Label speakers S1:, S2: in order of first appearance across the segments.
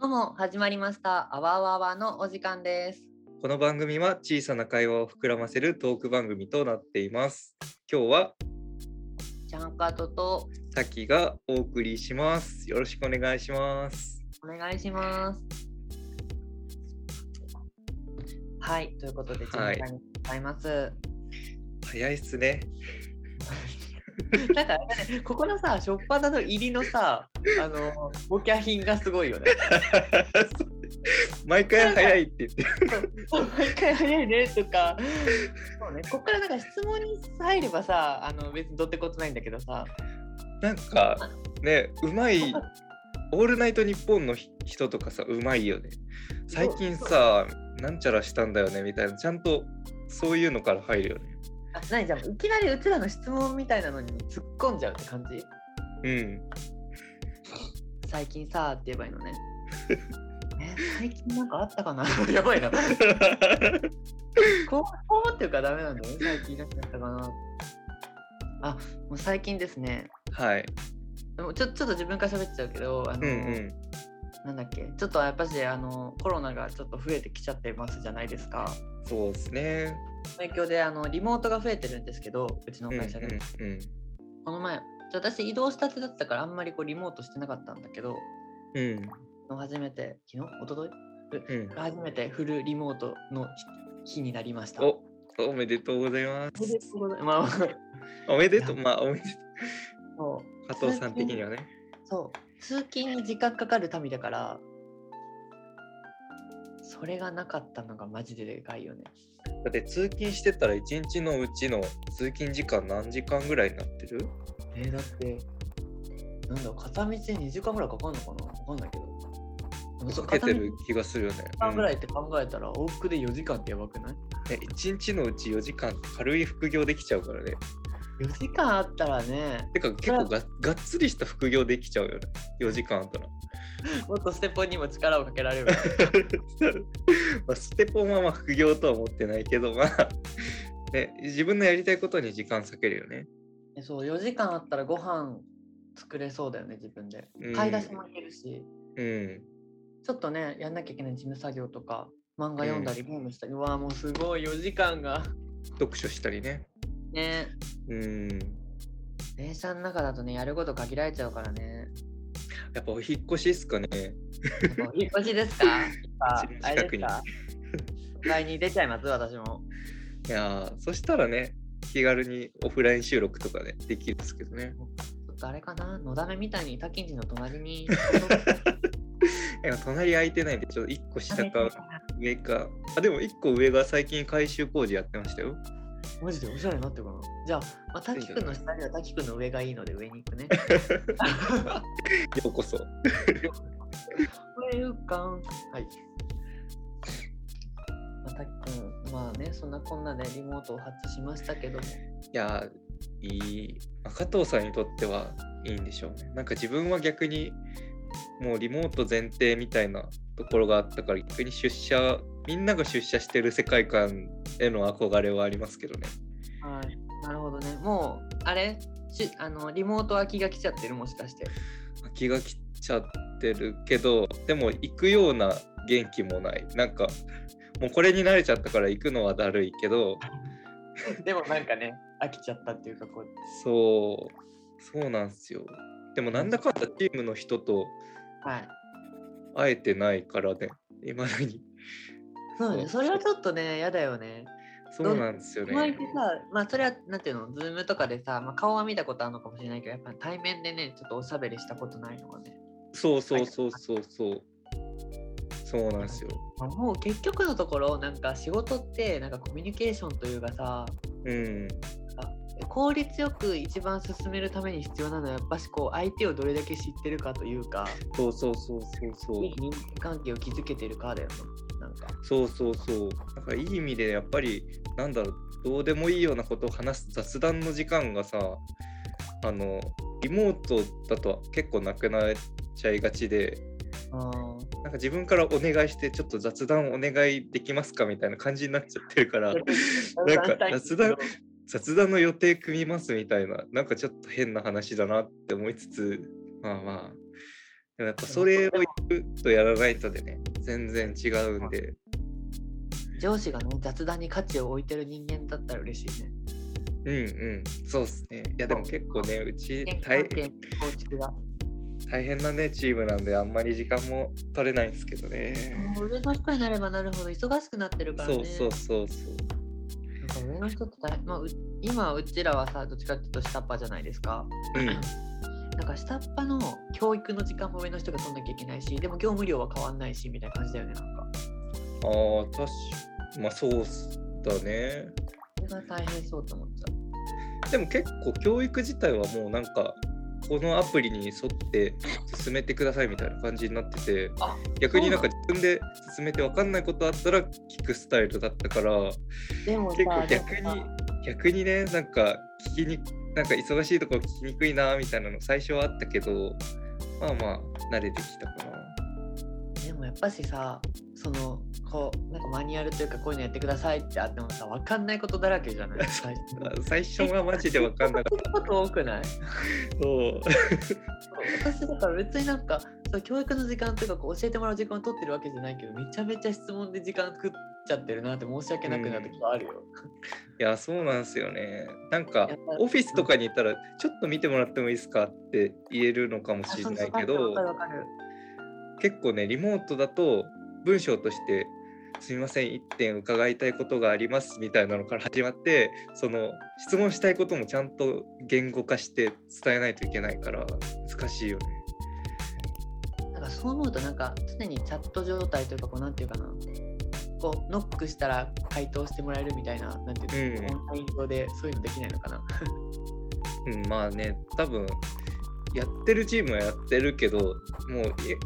S1: どうも始まりましたあわあわあわのお時間です
S2: この番組は小さな会話を膨らませるトーク番組となっています。今日は
S1: ちゃんかとと
S2: タキがお送りします。よろしくお願いします。
S1: お願いしますはいということでちゃんかにございます、
S2: 早いっすね。
S1: なんかあれだねここのさ初っ端の入りのさあのボキャ品がすごいよね
S2: 毎回早いって言ってる。
S1: 毎回早いねとかそうねここからなんか質問に入ればさあの別にどうってことないんだけどさ
S2: なんかね、うまい。オールナイトニッポンの人とかさ、うまいよね。最近さ、なんちゃらしたんだよねみたいな、ちゃんとそういうのから入るよね。
S1: あ何じゃあいきなりうちらの質問みたいなのに突っ込んじゃうって感じ
S2: うん。
S1: 最近さーって言えばいい のね。え最近なんかあったかな やばいな。こうこう思ってるからダメなんだよね。最近なんかあったかな。あもう最近ですね。
S2: はい。
S1: でもちょちょっと自分から喋っちゃうけど、あ
S2: う
S1: の、
S2: んうん。
S1: なんだっけ、ちょっとやっぱしあのコロナがちょっと増えてきちゃってますじゃないですか。
S2: そうですね。
S1: その影響であのリモートが増えてるんですけど、うちの
S2: うんうん
S1: 会社でも。
S2: うん。
S1: この前、ちょ私移動したてだったからあんまりこうリモートしてなかったんだけど、
S2: うん。
S1: 昨日初めて、昨日一昨日
S2: うん。
S1: 初めてフルリモートの日になりました。
S2: お、おめでとうございます。
S1: おめでとうございます。まあ
S2: おめでとう、
S1: いや
S2: まあ、おめでとう。
S1: そう
S2: 加藤さん的にはね。
S1: そう通勤に時間かかる民だからそれがなかったのがマジででかいよね。
S2: だって通勤してたら一日のうちの通勤時間何時間ぐらいになってる
S1: えーだってなんだ片道で2時間ぐらいかかるのかなわかんないけど。でもそ
S2: かけて
S1: 片道
S2: る
S1: 2
S2: 気がするよね。
S1: 時間ぐらいって考えたら、往復で4時間ってやばくない
S2: うんね一日のうち4時間軽い副業できちゃうからね。
S1: ?4 時間あったらね
S2: てか結構ががっつりした副業できちゃうよね。4時間あったら。
S1: もっとステポンにも力をかけられる。
S2: まあステポンはまあ副業とは思ってないけど、まあ、ね、自分のやりたいことに時間割けるよね。
S1: えそう4時間あったらご飯作れそうだよね自分で
S2: うん
S1: 買い出しも行けるし、
S2: うん。
S1: ちょっとねやんなきゃいけない事務作業とか漫画読んだりゲームしたり、うわーもうすごい4時間が
S2: 読書したり ね。
S1: ね
S2: うん。
S1: 電車の中だとねやること限られちゃうから ね
S2: やっぱお引っ越しっすかね。
S1: やっぱお引っ越しですかやっぱあれですか
S2: 近
S1: 都会に出ちゃいます私も
S2: いやーそしたらね気軽にオフライン収録とかねできるんですけどね
S1: ちょっとあれかなのだめみたいに他近地の隣に
S2: いや隣空いてないんで ちょっと1個下か上かあでも1個上が最近改修工事やってましたよ
S1: マジでおしゃれになってるかなじゃあ、まあ、滝くんの下には滝くんの上がいいので上に行 くね
S2: ようこそ
S1: ウェルカム。はい。まあ、たっくん、まあね、そんなこんなでリモートを発しましたけども。
S2: いやーいい、まあ加藤さんにとってはいいんでしょうねなんか自分は逆にもうリモート前提みたいなところがあったから逆に出社みんなが出社してる世界観への憧れはありますけどね
S1: はい。なるほどね。もう、あれしあのリモート空きが来ちゃってるもしかして。
S2: 飽きが来ちゃってるけどでも行くような元気もないなんかもうこれに慣れちゃったから行くのはだるいけど
S1: でもなんかね、飽きちゃったっていうか、こう。
S2: そうそうなんですよでもなんだかんだチームの人と
S1: はい。
S2: 会えてないからね今のに
S1: そうね、
S2: そ
S1: そうれはちょっとね、嫌だよね。
S2: そうなんですよ
S1: お前っ
S2: ね
S1: てさ、まあそれは、なんていうの、ズームとかでさ、まあ、顔は見たことあるのかもしれないけど、やっぱ対面でね、ちょっとおしゃべりしたことないのがね。
S2: そうそうそうそうそうそうなんですよ
S1: まあもう結局のところなんか仕事ってなんかコミュニケーションというかさ
S2: うん
S1: 効率よく一番進めるために必要なのはやっぱしこう相手をどれだけ知ってるかというか
S2: そうそうそうそうそう
S1: いい人間関係を築けてるかだよねなんか
S2: そうそうそう。だからいい意味でやっぱりなんだろうどうでもいいようなことを話す雑談の時間がさあのリモートだと結構なくなっちゃいがちで
S1: うん
S2: なんか自分からお願いしてちょっと雑談お願いできますかみたいな感じになっちゃって るからなんか雑談雑談の予定組みますみたいななんかちょっと変な話だなって思いつつまあまあでもやっぱそれを言うとやらないとでね、全然違うんで、
S1: 上司がね、雑談に価値を置いてる人間だったら嬉しいね。
S2: うんうん、そうっすね。いやでも結構ね、うち
S1: 人間
S2: 大
S1: 関係の構築が。
S2: 大変なね、チームなんで、あんまり時間も取れないんですけどね。
S1: もう上の人になればなるほど忙しくなってるからね。
S2: そうそうそうそう。
S1: なんか上の人って大変、まあ、う今うちらはさ、どっちかっていうと下っ端じゃないですか。
S2: うん、
S1: なんか下っ端の教育の時間も上の人が取んなきゃいけないし、でも業務量は変わんないしみたいな感じだよね、なんか。
S2: ああ、確かまあそうっすだね。
S1: それが大変そうと思っちゃ
S2: でも結構教育自体はもうなんかこのアプリに沿って進めてくださいみたいな感じになってて
S1: あ
S2: 逆になんか自分で進めて分かんないことあったら聞くスタイルだったから
S1: う。でもさ
S2: 結構逆
S1: でもさ
S2: に逆にねなんか聞きになんか忙しいとこ聞きにくいなみたいなの最初はあったけどまあまあ慣れてきたかな
S1: でもやっぱしさそのこうなんかマニュアルというかこういうのやってくださいってあってもさ分かんないことだらけじゃ ない最初
S2: 最初はマジで分かんなか
S1: そ
S2: っ
S1: ういうこと多くない
S2: たそう
S1: 私だから別になんかそう教育の時間というかこう教えてもらう時間を取ってるわけじゃないけどめちゃめちゃ質問で時間食っちゃってるなって申し訳なくなる時があるよ、
S2: いや、そうなんですよね。なんか
S1: やっぱ、
S2: オフィスとかに行ったら、ちょっと見てもらってもいいですかって言えるのかも
S1: あ
S2: しれ
S1: そう
S2: ないけど
S1: わか、るわかるわかる
S2: 結構ね、リモートだと、文章として、すみません、1点伺いたいことがありますみたいなのから始まって、その、質問したいこともちゃんと言語化して伝えないといけないから、難しいよね。
S1: なんかそう思うとなんか常にチャット状態というかこうなんていうかなこうノックしたら回答してもらえるみたいななんていうの、
S2: うん
S1: オンライン上でそういうのできないのかな
S2: うん、まあね、多分やってるチームはやってるけど、もうい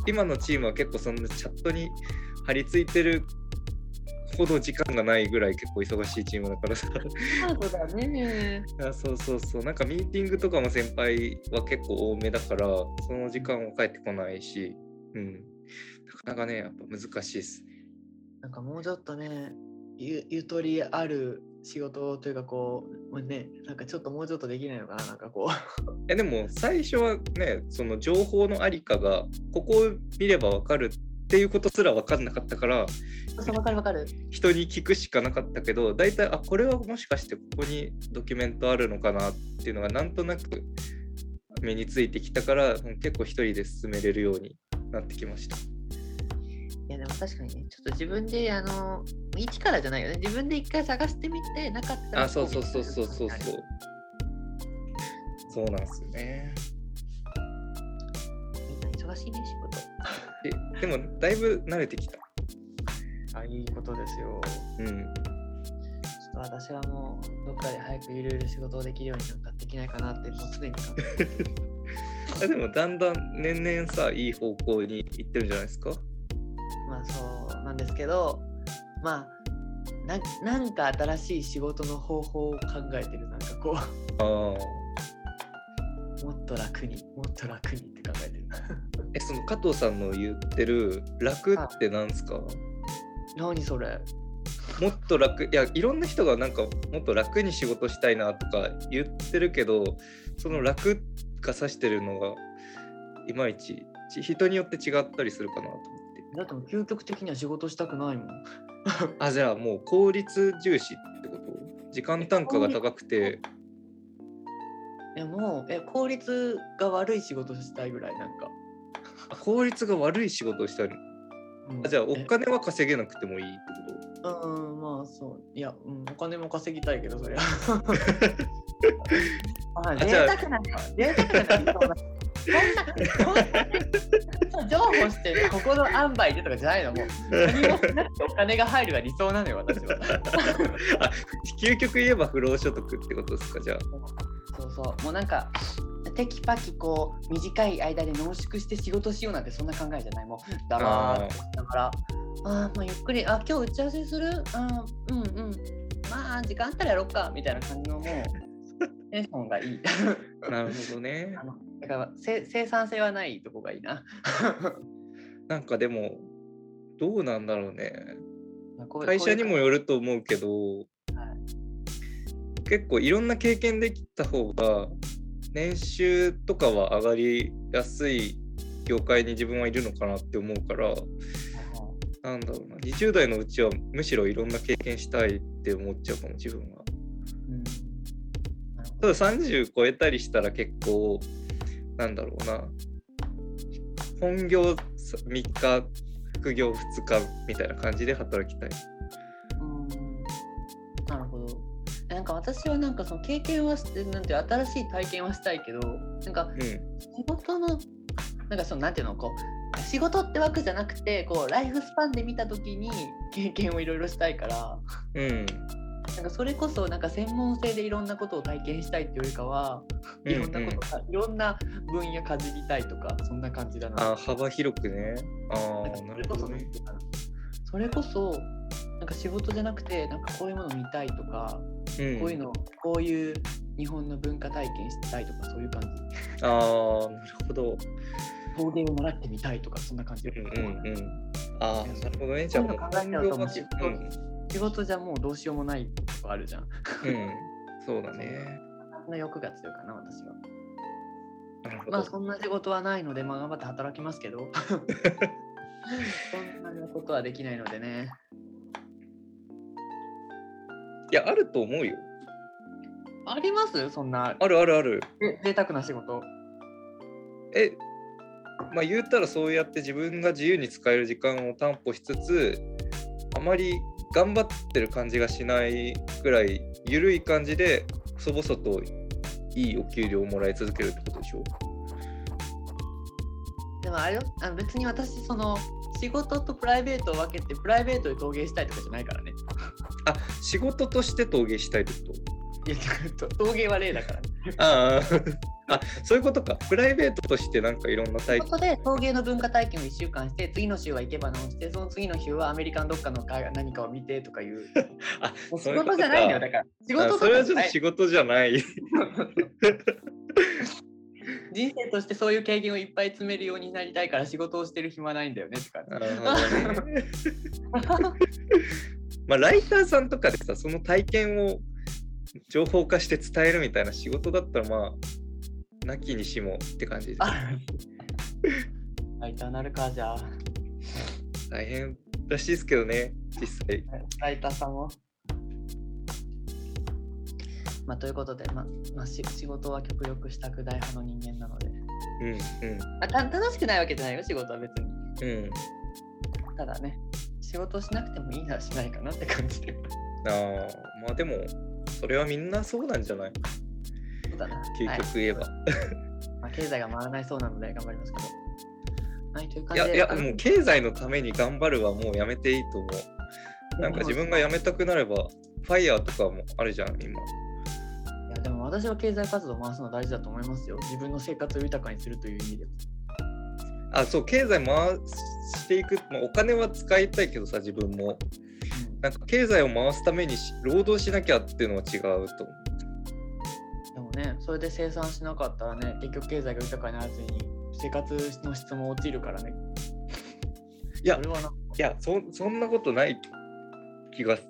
S2: 今のチームは結構そんなチャットに張り付いてるほど時間がないぐらい結構忙しいチームだからさ。
S1: そうだね
S2: あそうそうそう、なんかミーティングとかも先輩は結構多めだから、その時間も返ってこないし、うん、なかなかね、やっぱ難しいですね。
S1: なんかもうちょっとねゆゆとりある仕事というかこうもうねなんかちょっともうちょっとできないのかななんかこう
S2: えでも最初はねその情報のありかがここを見ればわかるっていうことすら分かんなかったから
S1: そうそうわかるわかる
S2: 人に聞くしかなかったけど大体あこれはもしかしてここにドキュメントあるのかなっていうのがなんとなく目についてきたからうん結構一人で進めれるようになってきました。
S1: いやでも確かにねちょっと自分であの一からじゃないよね自分で一回探してみてなかったら
S2: あそうそうそうそうそう
S1: こ
S2: そう。そうなんですよね。
S1: うみんな忙しいね仕
S2: ででもだいぶ慣れてきた。
S1: 事あいいことですよち
S2: うん。
S1: ょっと私はもうどっかで早くいろいろ仕事をできるようになんかできないかなってもう常に考えて る
S2: あでもだんだん年々さいい方向に行ってるんじゃないですか
S1: まあそうなんですけどまあななんか新しい仕事の方法を考えてるなんかこう
S2: ああ。
S1: もっと楽にもっと楽にって考えてる
S2: えその加藤さんの言ってる楽ってなんですか、
S1: 何それ
S2: もっと楽いやいろんな人がなんかもっと楽に仕事したいなとか言ってるけどその楽が指してるのがいまいちち人によって違ったりするかなと思って
S1: だってもう究極的には仕事したくないもん
S2: あじゃあもう効率重視ってこと時間単価が高くて
S1: えもうえ効率が悪い仕事したいぐらいなんか、
S2: あ効率が悪い仕事をしたり
S1: うん
S2: あじゃあお
S1: え
S2: 金は稼げなくてもいいってこと
S1: うんまあそういや、うん、お金も稼ぎたいけど そりゃあ
S2: じゃあ
S1: 贅沢なの贅沢なのそんなそんな譲歩してねここの塩梅でとかじゃないのもう何もしなくてお金が入るが理想なのよ私は
S2: あ究極言えば不労所得ってことですかじゃあ
S1: そうそうもうなんかテキパキこう短い間で濃縮して仕事しようなんてそんな考えじゃないもうだまーっとだからあーまあゆっくりあ今日打ち合わせするあーうんうんまあ時間あったらやろっかみたいな感じの もうテンションがいい
S2: なるほどね
S1: あのだからせ生産性はないとこがいいな
S2: なんかでもどうなんだろうね
S1: まあこう
S2: 会社に
S1: こ
S2: もよると思うけど
S1: は
S2: 結構いろんな経験できた方が年収とかは上がりやすい業界に自分はいるのかなって思うからなんだろうな20代のうちはむしろいろんな経験したいって思っちゃうかも自分は
S1: うんなるほ
S2: た
S1: ど
S2: だ30超えたりしたら結構なんだろうな本業3日副業2日みたいな感じで働きたい
S1: うんなるほどなんか私はなんかその経験はしてなんていう新しい体験はしたいけどなんか
S2: うん
S1: 仕事のなんかそのなんていうのこう仕事ってわけじゃなくてこうライフスパンで見た時に経験をいろいろしたいから
S2: うん
S1: なんかそれこそなんか専門性でいろんなことを体験したいっていうよりかはいろんなことがいろんな分野かじりたいとかそんな感じだな。
S2: あ幅広くね
S1: な
S2: あ
S1: んか
S2: あな
S1: それ
S2: る
S1: こ
S2: ほ
S1: そ
S2: どね
S1: なんていうかなそれこそなんか仕事じゃなくてなんかこういうもの見たいとか、こういうのこういう日本の文化体験したいとかそういう感じ
S2: ああーなるほど
S1: 陶芸を習ってみたいとかそんな感じ、
S2: うんうんうんああなるほどねじゃあもう
S1: そういうの考えちゃうと
S2: 本業はし
S1: もう仕事じゃもうどうしようもないとかあるじゃん。
S2: うん、うん、そうだね
S1: その欲が強いかな私は。
S2: なるほど、
S1: まあそんな仕事はないので、まあ、頑張って働きますけ どそんなことはできないのでね
S2: いやあると思うよ
S1: ありますそんな
S2: あるあるある
S1: え贅沢な仕事
S2: えまあ言うたらそうやって自分が自由に使える時間を担保しつつあまり頑張ってる感じがしないくらい緩い感じで細々といいお給料をもらい続けるってことでしょ
S1: でもあれよあの別に私その仕事とプライベートを分けてプライベートで陶芸したいとかじゃないからね
S2: あ仕事として陶芸したいってこと
S1: いやちょっと陶芸は例だから
S2: あ ああそういうことかプライベートとしてなんかいろんな体
S1: そこで陶芸の文化体験を1週間して次の週は生け花をしてその次の週はアメリカンどっかのか何かを見てとかいう
S2: あ
S1: もう仕
S2: そういうこと
S1: 事
S2: か
S1: じゃないのよだから仕事
S2: あ
S1: と
S2: そ
S1: か
S2: れ
S1: じ
S2: は
S1: ゃ
S2: ちょっ
S1: な
S2: と
S1: い
S2: 仕事じゃない
S1: 人生としてそういう経験をいっぱい詰めるようになりたいから仕事をしてる暇ないんだよねと か。
S2: なるほどねまあライターさんとかでさその体験を情報化して伝えるみたいな仕事だったらまあなきにしもって感じで
S1: ライターなるかじゃあ。
S2: 大変らしいですけどね実際
S1: ライターさんも。まあ、ということで、まあまあ、し仕事は極力したくない派の人間なので、
S2: うん
S1: あた楽しくないわけじゃないよ仕事は別に
S2: うんうん
S1: ただね仕事をしなくてもいいならしないかなって感じで
S2: あーまあでもそれはみんなそうなんじゃない
S1: そうだな
S2: 究
S1: はい
S2: 極言えば、
S1: まあ、経済が回らないそうなので頑張りますけどはいという感
S2: い
S1: じ
S2: や
S1: で
S2: いや
S1: あの
S2: もう経済のために頑張るはもうやめていいと思う。なんか自分がやめたくなれば、ファイヤーとかもあるじゃん、
S1: い
S2: 今。
S1: やでも私は経済活動を回すの大事だと思いますよ。自分の生活を豊かにするという意味で。
S2: あ、そう、経済回していく、まあ、お金は使いたいけどさ、自分も。なんか経済を回すためにし労働しなきゃっていうのは違うと思
S1: でもね、それで生産しなかったらね、結局経済が豊かにならずに生活の質も落ちるからね。
S2: いや
S1: それはな
S2: う。いや、そそんなことない気がす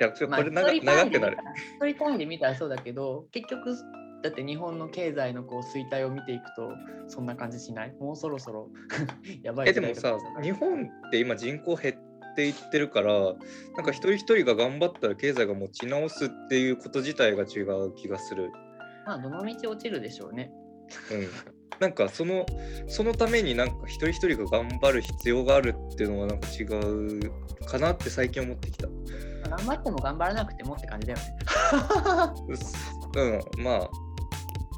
S2: いや、それこ
S1: まあ
S2: れ長,、
S1: 一人単
S2: 長
S1: 位で
S2: くなる
S1: 見。たら一人単位で見たらそうだけど、結局、だって日本の経済のこう衰退を見ていくと、そんな感じしないもうそろそろ やばい
S2: え、
S1: 時
S2: で
S1: 代
S2: も
S1: が
S2: さ、日本って今人口減っていってるから、なんか一人一人が頑張ったら経済が持ち直すっていうこと自体が違う気がする。
S1: まあ、どの道落ちるでしょうね。
S2: うん、なんかそのそのためになんか一人一人が頑張る必要があるっていうのはなんか違うかなって最近思ってきた。う
S1: まあ頑張っても頑張らなくてもって感じだよね。
S2: っすうん、まあ、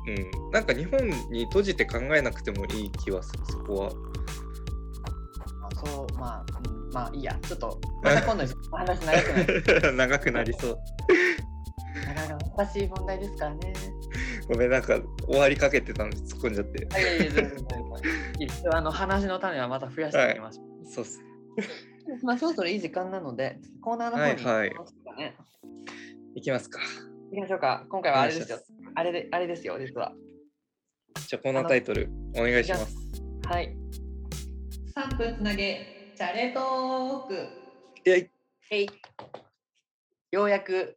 S2: うん、なんか日本に閉じて考えなくてもいい気はするそこは。
S1: まあそう、まあ、うんまあいいや、ちょっと、また今度、話長くな る。
S2: 長くなりそう。
S1: なかなか難しい問題ですからね。
S2: ごめんなんか終わりかけてたので突っ込んじゃって。
S1: はい、いやいや全然全然一 応あの話の種はまた増やしていきましょう。
S2: そうっす。
S1: まあ、そろそろいい時間なので、コーナーの方に、
S2: はいはい
S1: 行きますかね
S2: いきますか。
S1: 行きましょうか。今回はあれですよ。あれで、あれですよ、実は。
S2: じゃあこのタイトルお願いします。
S1: はい。3分つなげ、チャレトーク。
S2: いやい
S1: えい。ようやく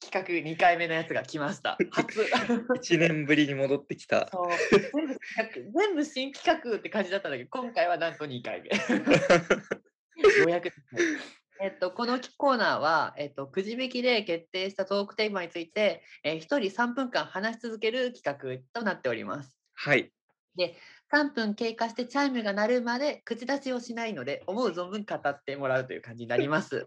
S1: 企画2回目のやつが来ました。初。
S2: 1年ぶりに戻ってきた。
S1: そう全部企画全部新企画って感じだったんだけど、今回はなんと2回目。ようやくですねえっと、このコーナーは、えっと、くじ引きで決定したトークテーマについて、えー、1人3分間話し続ける企画となっております。
S2: はい。
S1: 3分経過してチャイムが鳴るまで口出しをしないので、思う存分語ってもらうという感じになり ます。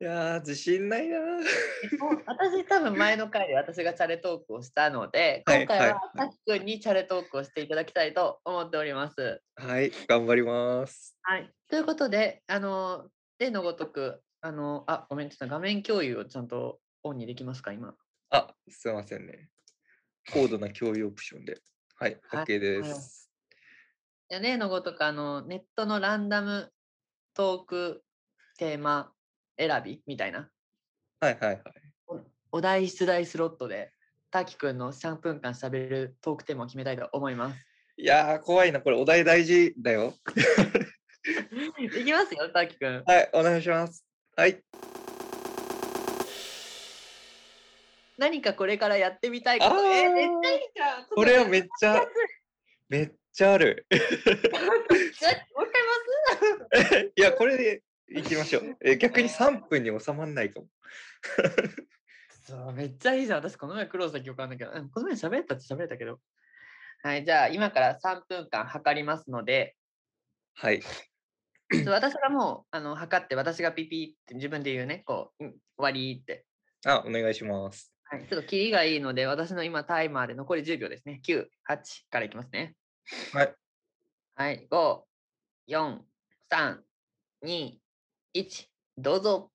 S2: いやー、自信ないなー。
S1: もう私多分前の回で私がチャレトークをしたので、
S2: はい
S1: 今回は
S2: は
S1: た
S2: い
S1: っくんにチャレトークをしていただきたいと思っております。
S2: はい、頑張ります。
S1: はい、ということで、あの、例のごとく、あの、あ、ごめん、ちょっと画面共有をちゃんとオンにできますか、今。
S2: あ、すいませんね。高度な共有オプションで。はい、
S1: はい
S2: OK です。
S1: いや例のごとく、あの、ネットのランダムトークテーマ選びみたいな、
S2: はいはいはい。
S1: お題出題スロットで、たきくんの3分間しゃべるトークテーマを決めたいと思います。
S2: いやー、怖いな。これお題大事だよ。
S1: いきますよ、たきくん。
S2: はい、お願いします。はい。
S1: 何かこれからやってみたいこ
S2: あ
S1: と。えー、めっちゃいい
S2: ー、
S1: じゃん。ちょっと
S2: これはめっち
S1: や
S2: ゃ
S1: っ、
S2: めっちゃある。
S1: ちゃうもう一回ます
S2: いや、これでいきましょう。え逆に3分に収まんないかも。
S1: そうめっちゃいいじゃん。私、この前苦労した記憶あるんだけど、うんこの前喋ったって喋れたけど。はい、じゃあ、今から3分間測りますの で、
S2: はい。
S1: ちょっと私がもうあの測って、私がピピって自分で言うね、こう、うん、終わりって。
S2: あ、お願いします。
S1: はい、ちょっとキリがいいので、私の今タイマーで残り10秒ですね。9、8からいきますね。
S2: はい。
S1: はい、5、4、3、2、1、どうぞ。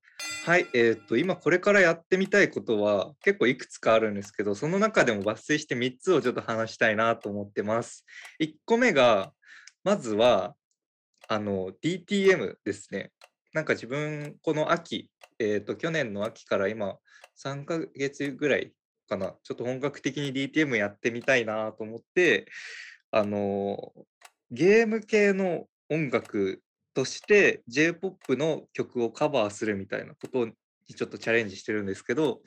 S2: はい、えーっと、今これからやってみたいことは結構いくつかあるんですけど、その中でも抜粋して3つをちょっと話したいなと思ってます。1個目が、まずは、あの、DTM ですね。なんか自分、この秋、えーっと、去年の秋から今、3ヶ月ぐらいかな、ちょっと本格的に DTM やってみたいなと思って、あの、ゲーム系の音楽として J-POP の曲をカバーするみたいなことにちょっとチャレンジしてるんですけど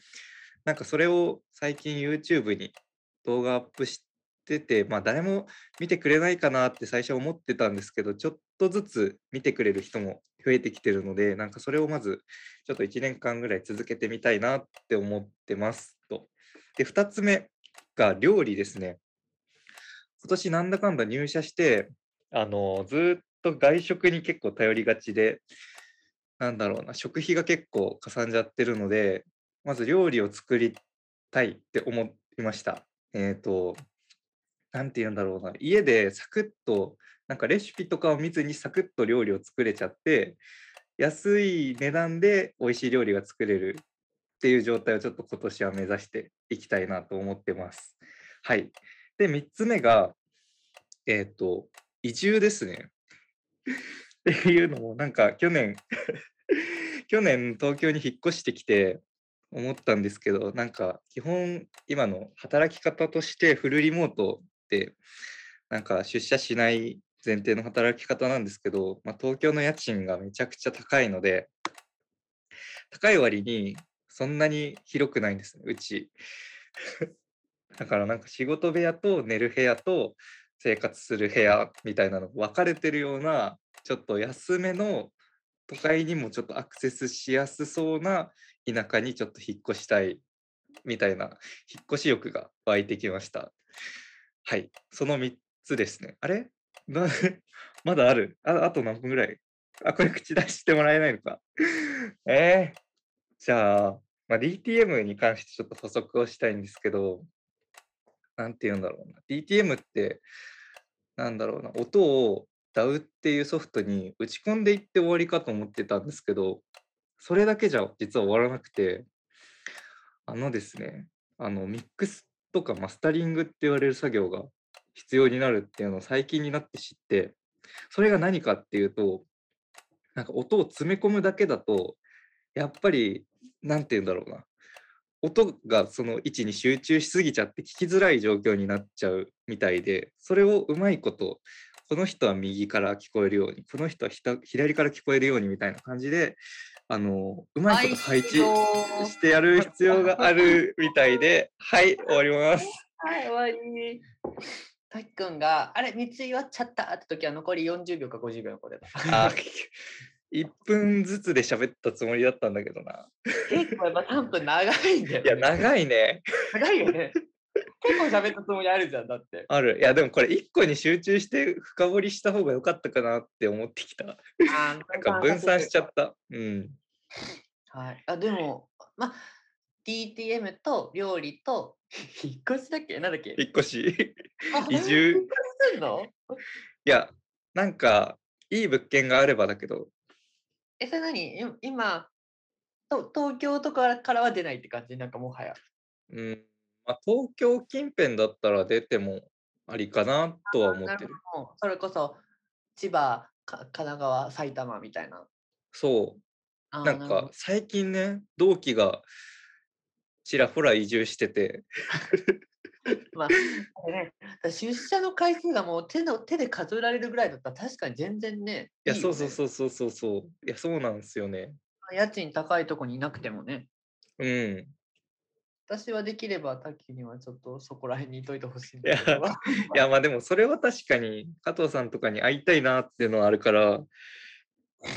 S2: なんかそれを最近 YouTube に動画アップしててまあ誰も見てくれないかなって最初思ってたんですけどちょっとずつ見てくれる人も増えてきてるのでなんかそれをまずちょっと1年間ぐらい続けてみたいなって思ってますと。で2つ目が料理ですね。今年なんだかんだ入社してあのずーっと外食に結構頼りがちでなんだろうな食費が結構かさんじゃってるのでまず料理を作りたいって思いましたえっ、となんて言うんだろうな家でサクッとなんかレシピとかを見ずにサクッと料理を作れちゃって安い値段で美味しい料理が作れるっていう状態をちょっと今年は目指していきたいなと思ってますはいで3つ目がえっ、と移住ですね。 っていうのもなんか去年 去年東京に引っ越してきて思ったんですけどなんか基本今の働き方としてフルリモートってなんか出社しない前提の働き方なんですけど、まあ、東京の家賃がめちゃくちゃ高いので高い割にそんなに広くないんですねうち。 だからなんか仕事部屋と寝る部屋と生活する部屋みたいなのが分かれてるようなちょっと安めの都会にもちょっとアクセスしやすそうな田舎にちょっと引っ越したいみたいな引っ越し欲が湧いてきましたはいその3つですねあれな まだあるああと何分ぐらいあこれ口出してもらえないのか えー、じゃあ、まあ、DTM に関してちょっと補足をしたいんですけどなんて言うんだろうな DTM ってなんだろうな音を DAW っていうソフトに打ち込んでいって終わりかと思ってたんですけどそれだけじゃ実は終わらなくてあのですねあのミックスとかマスタリングって言われる作業が必要になるっていうのを最近になって知ってそれが何かっていうとなんか音を詰め込むだけだとやっぱりなんて言うんだろうな音がその位置に集中しすぎちゃって聞きづらい状況になっちゃうみたいでそれをうまいことこの人は右から聞こえるようにこの人はひた左から聞こえるようにみたいな感じであのうまいこと配置してやる必要があるみたいではい終わります。
S1: はい、終わり。たっくんが、あれ、道わっちゃったって時は残り40秒か50秒の子で。
S2: あ1分ずつで喋ったつもりだったんだけどな。
S1: 結構やっぱ3分長いんだよ、
S2: いや
S1: ね。
S2: 長いね。
S1: 長いよね。結構喋ったつもりあるじゃん、だって。
S2: ある。いやでもこれ1個に集中して深掘りした方が良かったかなって思ってきた。 な
S1: あなん
S2: か分散しちゃった。うん。
S1: はい。あ、でも、まあ、DTM と料理と、 引っ越しだっけなんだっけ
S2: 引っ越し。
S1: あ
S2: 移住
S1: 引っ越しすんの
S2: いやなんかいい物件があればだけど
S1: え、それ何い今と、東京とかからは出ないって感じなんかもはや。
S2: うんまあ、東京近辺だったら出てもありかなとは思ってる。
S1: もうそれこそ、千葉、か神奈川、埼玉みたいな。
S2: そ
S1: あ
S2: う、
S1: ー
S2: なん
S1: るほ
S2: か最近ね、同期がちらほら移住してて、
S1: どまあ、あれね、だから出社の回数がもう手の手で数えられるぐらいだったら確かに全然ね。
S2: いや、
S1: よ
S2: そう
S1: ね
S2: そうそうそうそうそう、いや、そうなんですよね。
S1: 家賃高いとこにいなくてもね。
S2: うん。い
S1: 私はできれば、タッキーにはちょっとそこら辺にいといてほしいん
S2: いや
S1: だけど。
S2: や、まあでもそれは確かに加藤さんとかに会いたいなっていうのはあるから、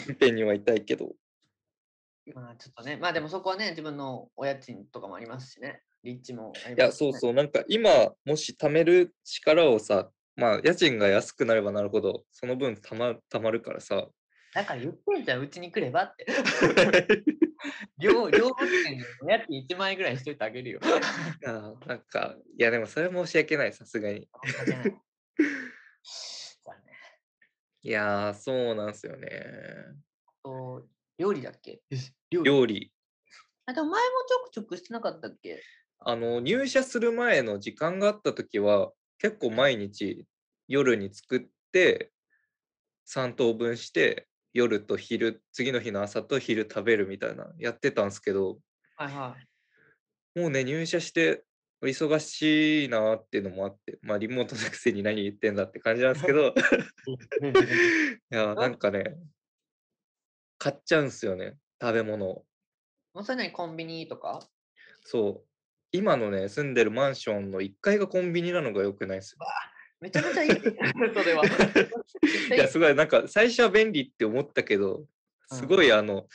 S2: 近辺にはいたいけど、
S1: まあちょっとね、まあでもそこはね、自分のお家賃とかもありますしね、立地もあり
S2: い
S1: ますし、ね。
S2: や、そうそう、なんか今、もし貯める力をさ、まあ家賃が安くなればなるほど、その分たまたまるからさ。
S1: だから言ってんじゃん、うちに来れば って。両両物件でお家賃1万円ぐらいにしといてあげるよ。
S2: あーなんか、いやでもそれは申し訳ない、さすがに。
S1: 申し訳ないそうだね
S2: いやー、そうなんすよね。
S1: と料理だっけ料
S2: 料理。
S1: あでも前もちょくちょくしてなかったっけ
S2: あの、入社する前の時間があった時は、結構毎日夜に作って、3等分して、夜と昼、次の日の朝と昼食べるみたいな、やってたんすけど、
S1: はい はい。
S2: もうね、入社して、忙しいなーっていうのもあって、まあ、リモートのくせに何言ってんだって感じなんですけど、いやー、なんかね、買っちゃうんすよね、食べ物を。
S1: もうそれなにコンビニとか
S2: そう。今のね、住んでるマンションの1階がコンビニなのが良くないですよ。
S1: めちゃ めちゃいい。それは。絶
S2: い
S1: 対いい
S2: や、すごい、なんか最初は便利って思ったけど、すごい、あの、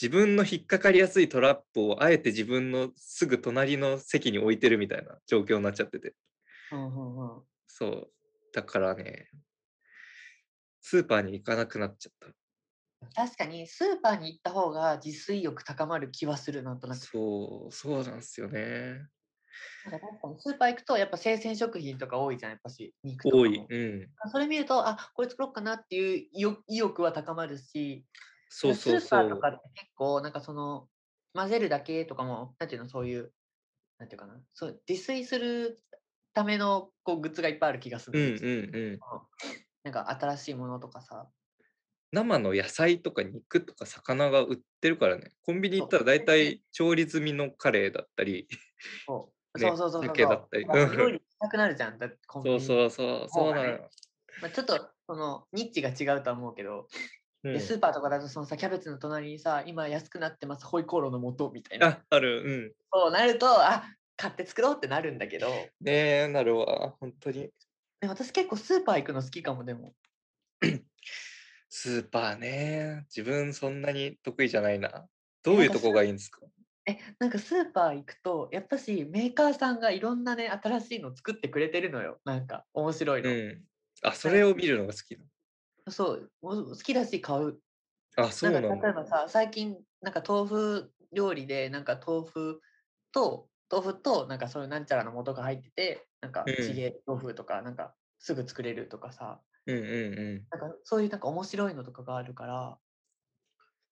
S2: 自分の引っかかりやすいトラップをあえて自分のすぐ隣の席に置いてるみたいな状況になっちゃってて。
S1: うんうんうん
S2: そう。だからね、スーパーに行かなくなっちゃっ
S1: 確かにスーパーに行った方が自炊欲高まる気はするなんと
S2: た。
S1: なく。
S2: そう、そうなんですよね。
S1: なんか確かにスーパー行くとやっぱ生鮮食品とか多いじゃん、やっぱし。肉とかも
S2: 多い。うん。
S1: それ見ると、あこれ作ろうかなっていう意欲意欲は高まるし、
S2: そうそう
S1: スー
S2: そ
S1: パーと
S2: う
S1: か。って結構、なんかその、混ぜるだけとかも、なんていうの、そういう、なんていうかな、そう自炊するためのこうグッズがいっぱいある気がす
S2: うんうん
S1: る。
S2: うん。
S1: なんか新しいものとかさ。
S2: 生の野菜とか肉とか魚が売ってるからねコンビニ行ったら大体調理済みのカレーだったり
S1: そう,、
S2: ね
S1: そうそうそうそう。
S2: 鮭だったり
S1: まあ
S2: うん
S1: 料理したくなるじゃん、だってコンビ
S2: そう
S1: ニ。
S2: そうそうそうなのよ、
S1: まあ、ちょっとそのニッチが違うとは思うけど、
S2: うん
S1: でスーパーとかだとそのさ、キャベツの隣にさ、今安くなってます、ホイコーローの素みたいな。
S2: ああるうん
S1: そうなると、あ買って作ろうってなるんだけど。
S2: ねえなるわ本当に
S1: え私結構スーパー行くの好きかもでも
S2: スーパーね自分そんなに得意じゃないなどういうとこがいいんですか
S1: えなんかスーパー行くとやっぱしメーカーさんがいろんなね新しいの作ってくれてるのよなんか面白いうの、
S2: んあそれを見るのが好きな
S1: そうもう好きだし買う
S2: のあそう
S1: な
S2: なん
S1: んか
S2: だ
S1: 例えばさ最近なんか豆腐料理でなんか豆腐と豆腐となんかそういうなんちゃらの素が入っててなんか
S2: うん
S1: チゲ豆腐とかなんかすぐ作れるとかさ
S2: うんうんうん
S1: なんかそういうなんか面白いのとかがあるから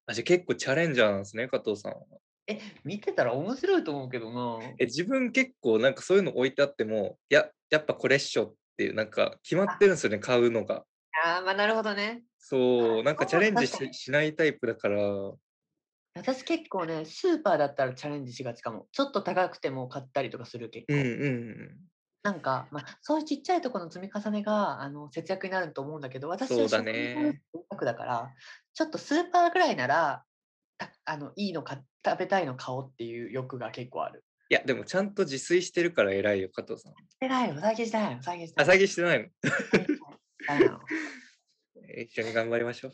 S2: あじゃあ結構チャレンジャーなんですね加藤さんは
S1: え見てたら面白いと思うけどな
S2: え自分結構なんかそういうの置いてあってもいややっぱこれっしょっていうなんか決まってるんですよね買うのが
S1: あーまあなるほどね
S2: そう、なんかチャレンジ
S1: 確か
S2: ししないタイプだから、
S1: 私結構ね、スーパーだったらチャレンジしがちかも。ちょっと高くても買ったりとかする結
S2: う
S1: 構。
S2: んうんうん。
S1: なんか、まあ、そういうちっちゃいところの積み重ねがあの節約になると思うんだけど、私
S2: そ
S1: は
S2: うだね
S1: 食品ロス贅沢だから、ちょっとスーパーぐらいなら、たあのいいのか食べたいの買おうっていう欲が結構ある。
S2: いや、でもちゃんと自炊してるから偉いよ、加藤さん。
S1: してないよ、お酒してないよ、お酒して
S2: あ、
S1: ない
S2: 最近してないの
S1: よ。
S2: 一緒に頑張りましょう。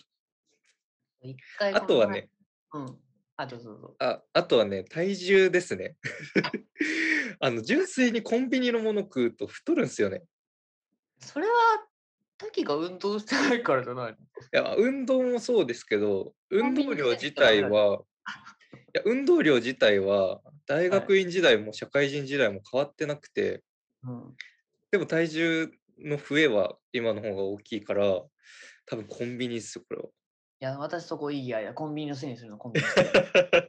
S1: 一回
S2: あとはね、
S1: この前。うん。あとそうぞ
S2: ああとはね、体重ですね。 あの、純粋にコンビニのもの食うと太るんですよね。
S1: それは、滝が運動してないからじゃないの
S2: いや、運動もそうですけど、
S1: コン
S2: 運
S1: ビニ
S2: 動量自体は、いや運動量自体は、大学院時代も社会人時代も変わってなくて、
S1: うん。
S2: でも体重の増えは今の方が大きいから、多分コンビニですよ、これ は。
S1: いや、私そこいいやいや、コンビニのせいにするの、コンビニのせいにする。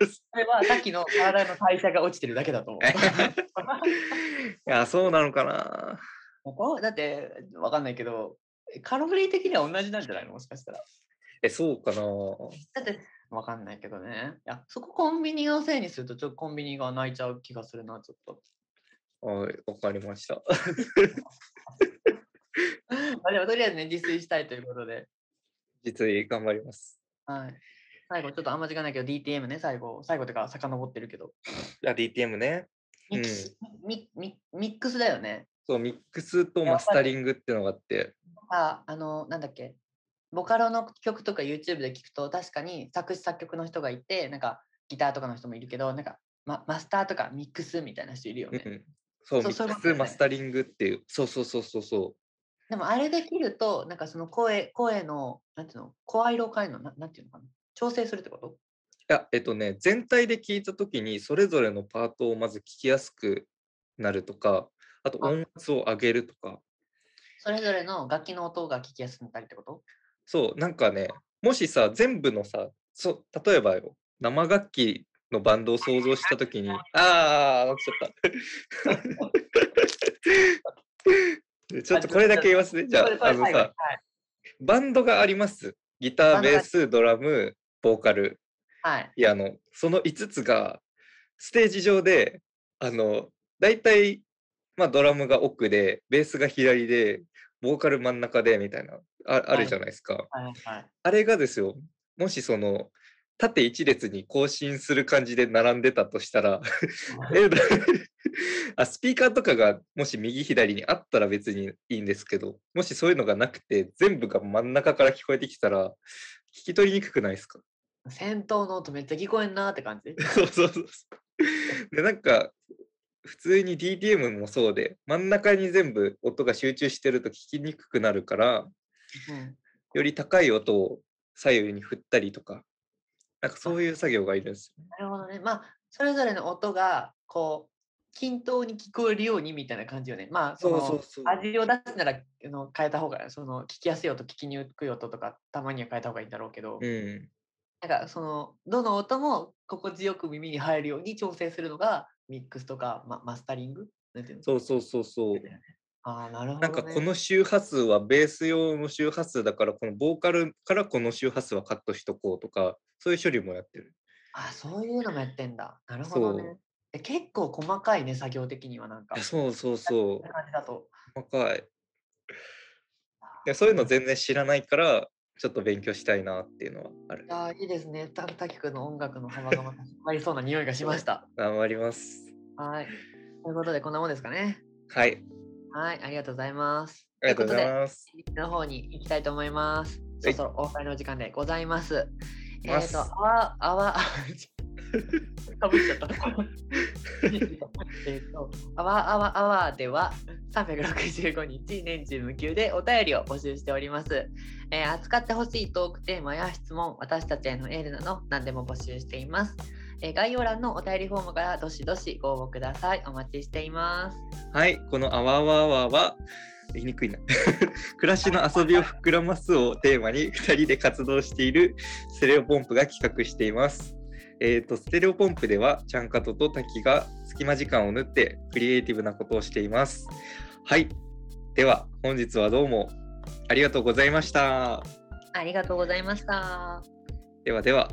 S1: それは、さっきの体の代謝が落ちてるだけだと 思う。
S2: いや、そうなのかな。
S1: ここだって、わかんないけど、カロリー的には同じなんじゃないのもしかしたら。
S2: え、そうかな。
S1: だって、わかんないけどね。いや、そこコンビニのせいにすると、ちょっとコンビニが泣いちゃう気がするな、ちょっ と。
S2: はい、わかりました。
S1: まあでも、とりあえずね、自炊したいということで。
S2: 実に頑張ります。
S1: はい。最後、ちょっとあんま時間ないけど、DTM ね、最後。最後というか、遡ってるけど。
S2: あ、DTM ね。
S1: ミックス、ミミミックスだよね。
S2: そう、ミックスとマスタリングっていうのがあって、
S1: あ、あの、なんだっけ。ボカロの曲とか YouTube で聞くと、確かに作詞作曲の人がいて、なんかギターとかの人もいるけど、なんか、ま、マスターとかミックスみたいな人いるよ
S2: う
S1: ね。
S2: ん、そう、
S1: そう
S2: ミ
S1: そういう
S2: ッ
S1: ことだ
S2: クス、
S1: よね
S2: マスタリングっていう、そうそうそうそうそ
S1: でもあれできると、なんかその声、声の、なんていうの、声色を変えるの、ななんていうのかな。調整するってこと
S2: う。いや、えっとね、全体で聞いたときに、それぞれのパートをまず聞きやすくなるとか、あと
S1: あ
S2: 音圧を上げるとか、
S1: それぞれの楽器の音が聞きやすくなったりってこと
S2: そう、なんかね、もしさ、全部のさ、そ例えばよ、生楽器のバンドを想像したときに、あー、なっちゃ った。でちょっとこれだけ言わせて、じゃ
S1: これこ
S2: あ、あ
S1: れ
S2: の
S1: 最後に、
S2: さ
S1: はい
S2: バンドがあります。ギ
S1: バ
S2: タ
S1: ン
S2: ー、
S1: ドが
S2: ベース、ドラム、ボーカル、
S1: はい。
S2: ピアノ。その5つが、ステージ上で、あの、大体、まあ、ドラムが奥で、ベースが左で、ボーカル真ん中で、みたいな、ああるじゃないですか。
S1: はい。はい。
S2: あれがですよ、もしその、縦一列に更新する感じで並んでたとしたら、え だあスピーカーとかがもし右左にあったら別にいいんですけど、もしそういうのがなくて、全部が真ん中から聞こえてきたら、聞き取りにくくないですか
S1: 戦闘の音めっちゃ聞こえんなーって感じ。
S2: そうそうそうそう。で、なんか、普通に DTM もそうで、真ん中に全部音が集中してると聞きにくくなるから、
S1: うん
S2: より高い音を左右に振ったりとか、なんかそういう作業がいるんですよね。
S1: なるほどね。まあ、それぞれの音が、こう、均等に聞こえるようにみたいな感じよね。まあ、その
S2: そ
S1: 味を出すならあの変えた方が、その、聞きやすい音、聞きにくい音とか、たまには変えた方がいいんだろうけど、
S2: うん。
S1: なんか、その、どの音も心地よく耳に入るように調整するのが、ミックスとか、ま、マスタリングなんていうの
S2: そうそうそうそう。
S1: ああ、なるほど、ね。
S2: なんかこの周波数はベース用の周波数だから、このボーカルからこの周波数はカットしとこうとか、そういう処理もやってる。
S1: あ、そういうのもやってんだ。なるほど
S2: そう
S1: ね。え結構細かいね、作業的にはなんか
S2: あ。そうそうそ
S1: こんな感じだと。
S2: う。細かい。でそういうの全然知らないから、ちょっと勉強したいなっていうのはある
S1: い。やーいいですね。たたきくんの音楽の幅がまた広がりそうな匂いがしました。
S2: 頑張ります。
S1: はい。ということで、こんなもんですかね。
S2: はい。
S1: はい、ありがとうございます。
S2: ありがとうござい
S1: というこ
S2: ます。
S1: とで、次の方に行きたいと思います。そ
S2: は
S1: ろ
S2: い
S1: そろお別れの時間でございます。えっ、
S2: ます
S1: と、あわ、あ わ、かぶっちゃった。 えっと、あわあわあわでは365日年中無休でお便りを募集しております。えー扱ってほしいトークテーマや質問、私たちへのエールなど何でも募集しています。えー概要欄のお便りフォームからどしどしご応募ください。お待ちしています。
S2: はい、このあわあわあわあは言いにくいな。 暮らしの遊びを膨らますをテーマに2人で活動しているステレオポンプが企画しています。えー、とステレオポンプではちゃんかとと滝が隙間時間を縫ってクリエイティブなことをしています。はい、では本日はどうもありがとうございました。
S1: ありがとうございました。
S2: ではでは。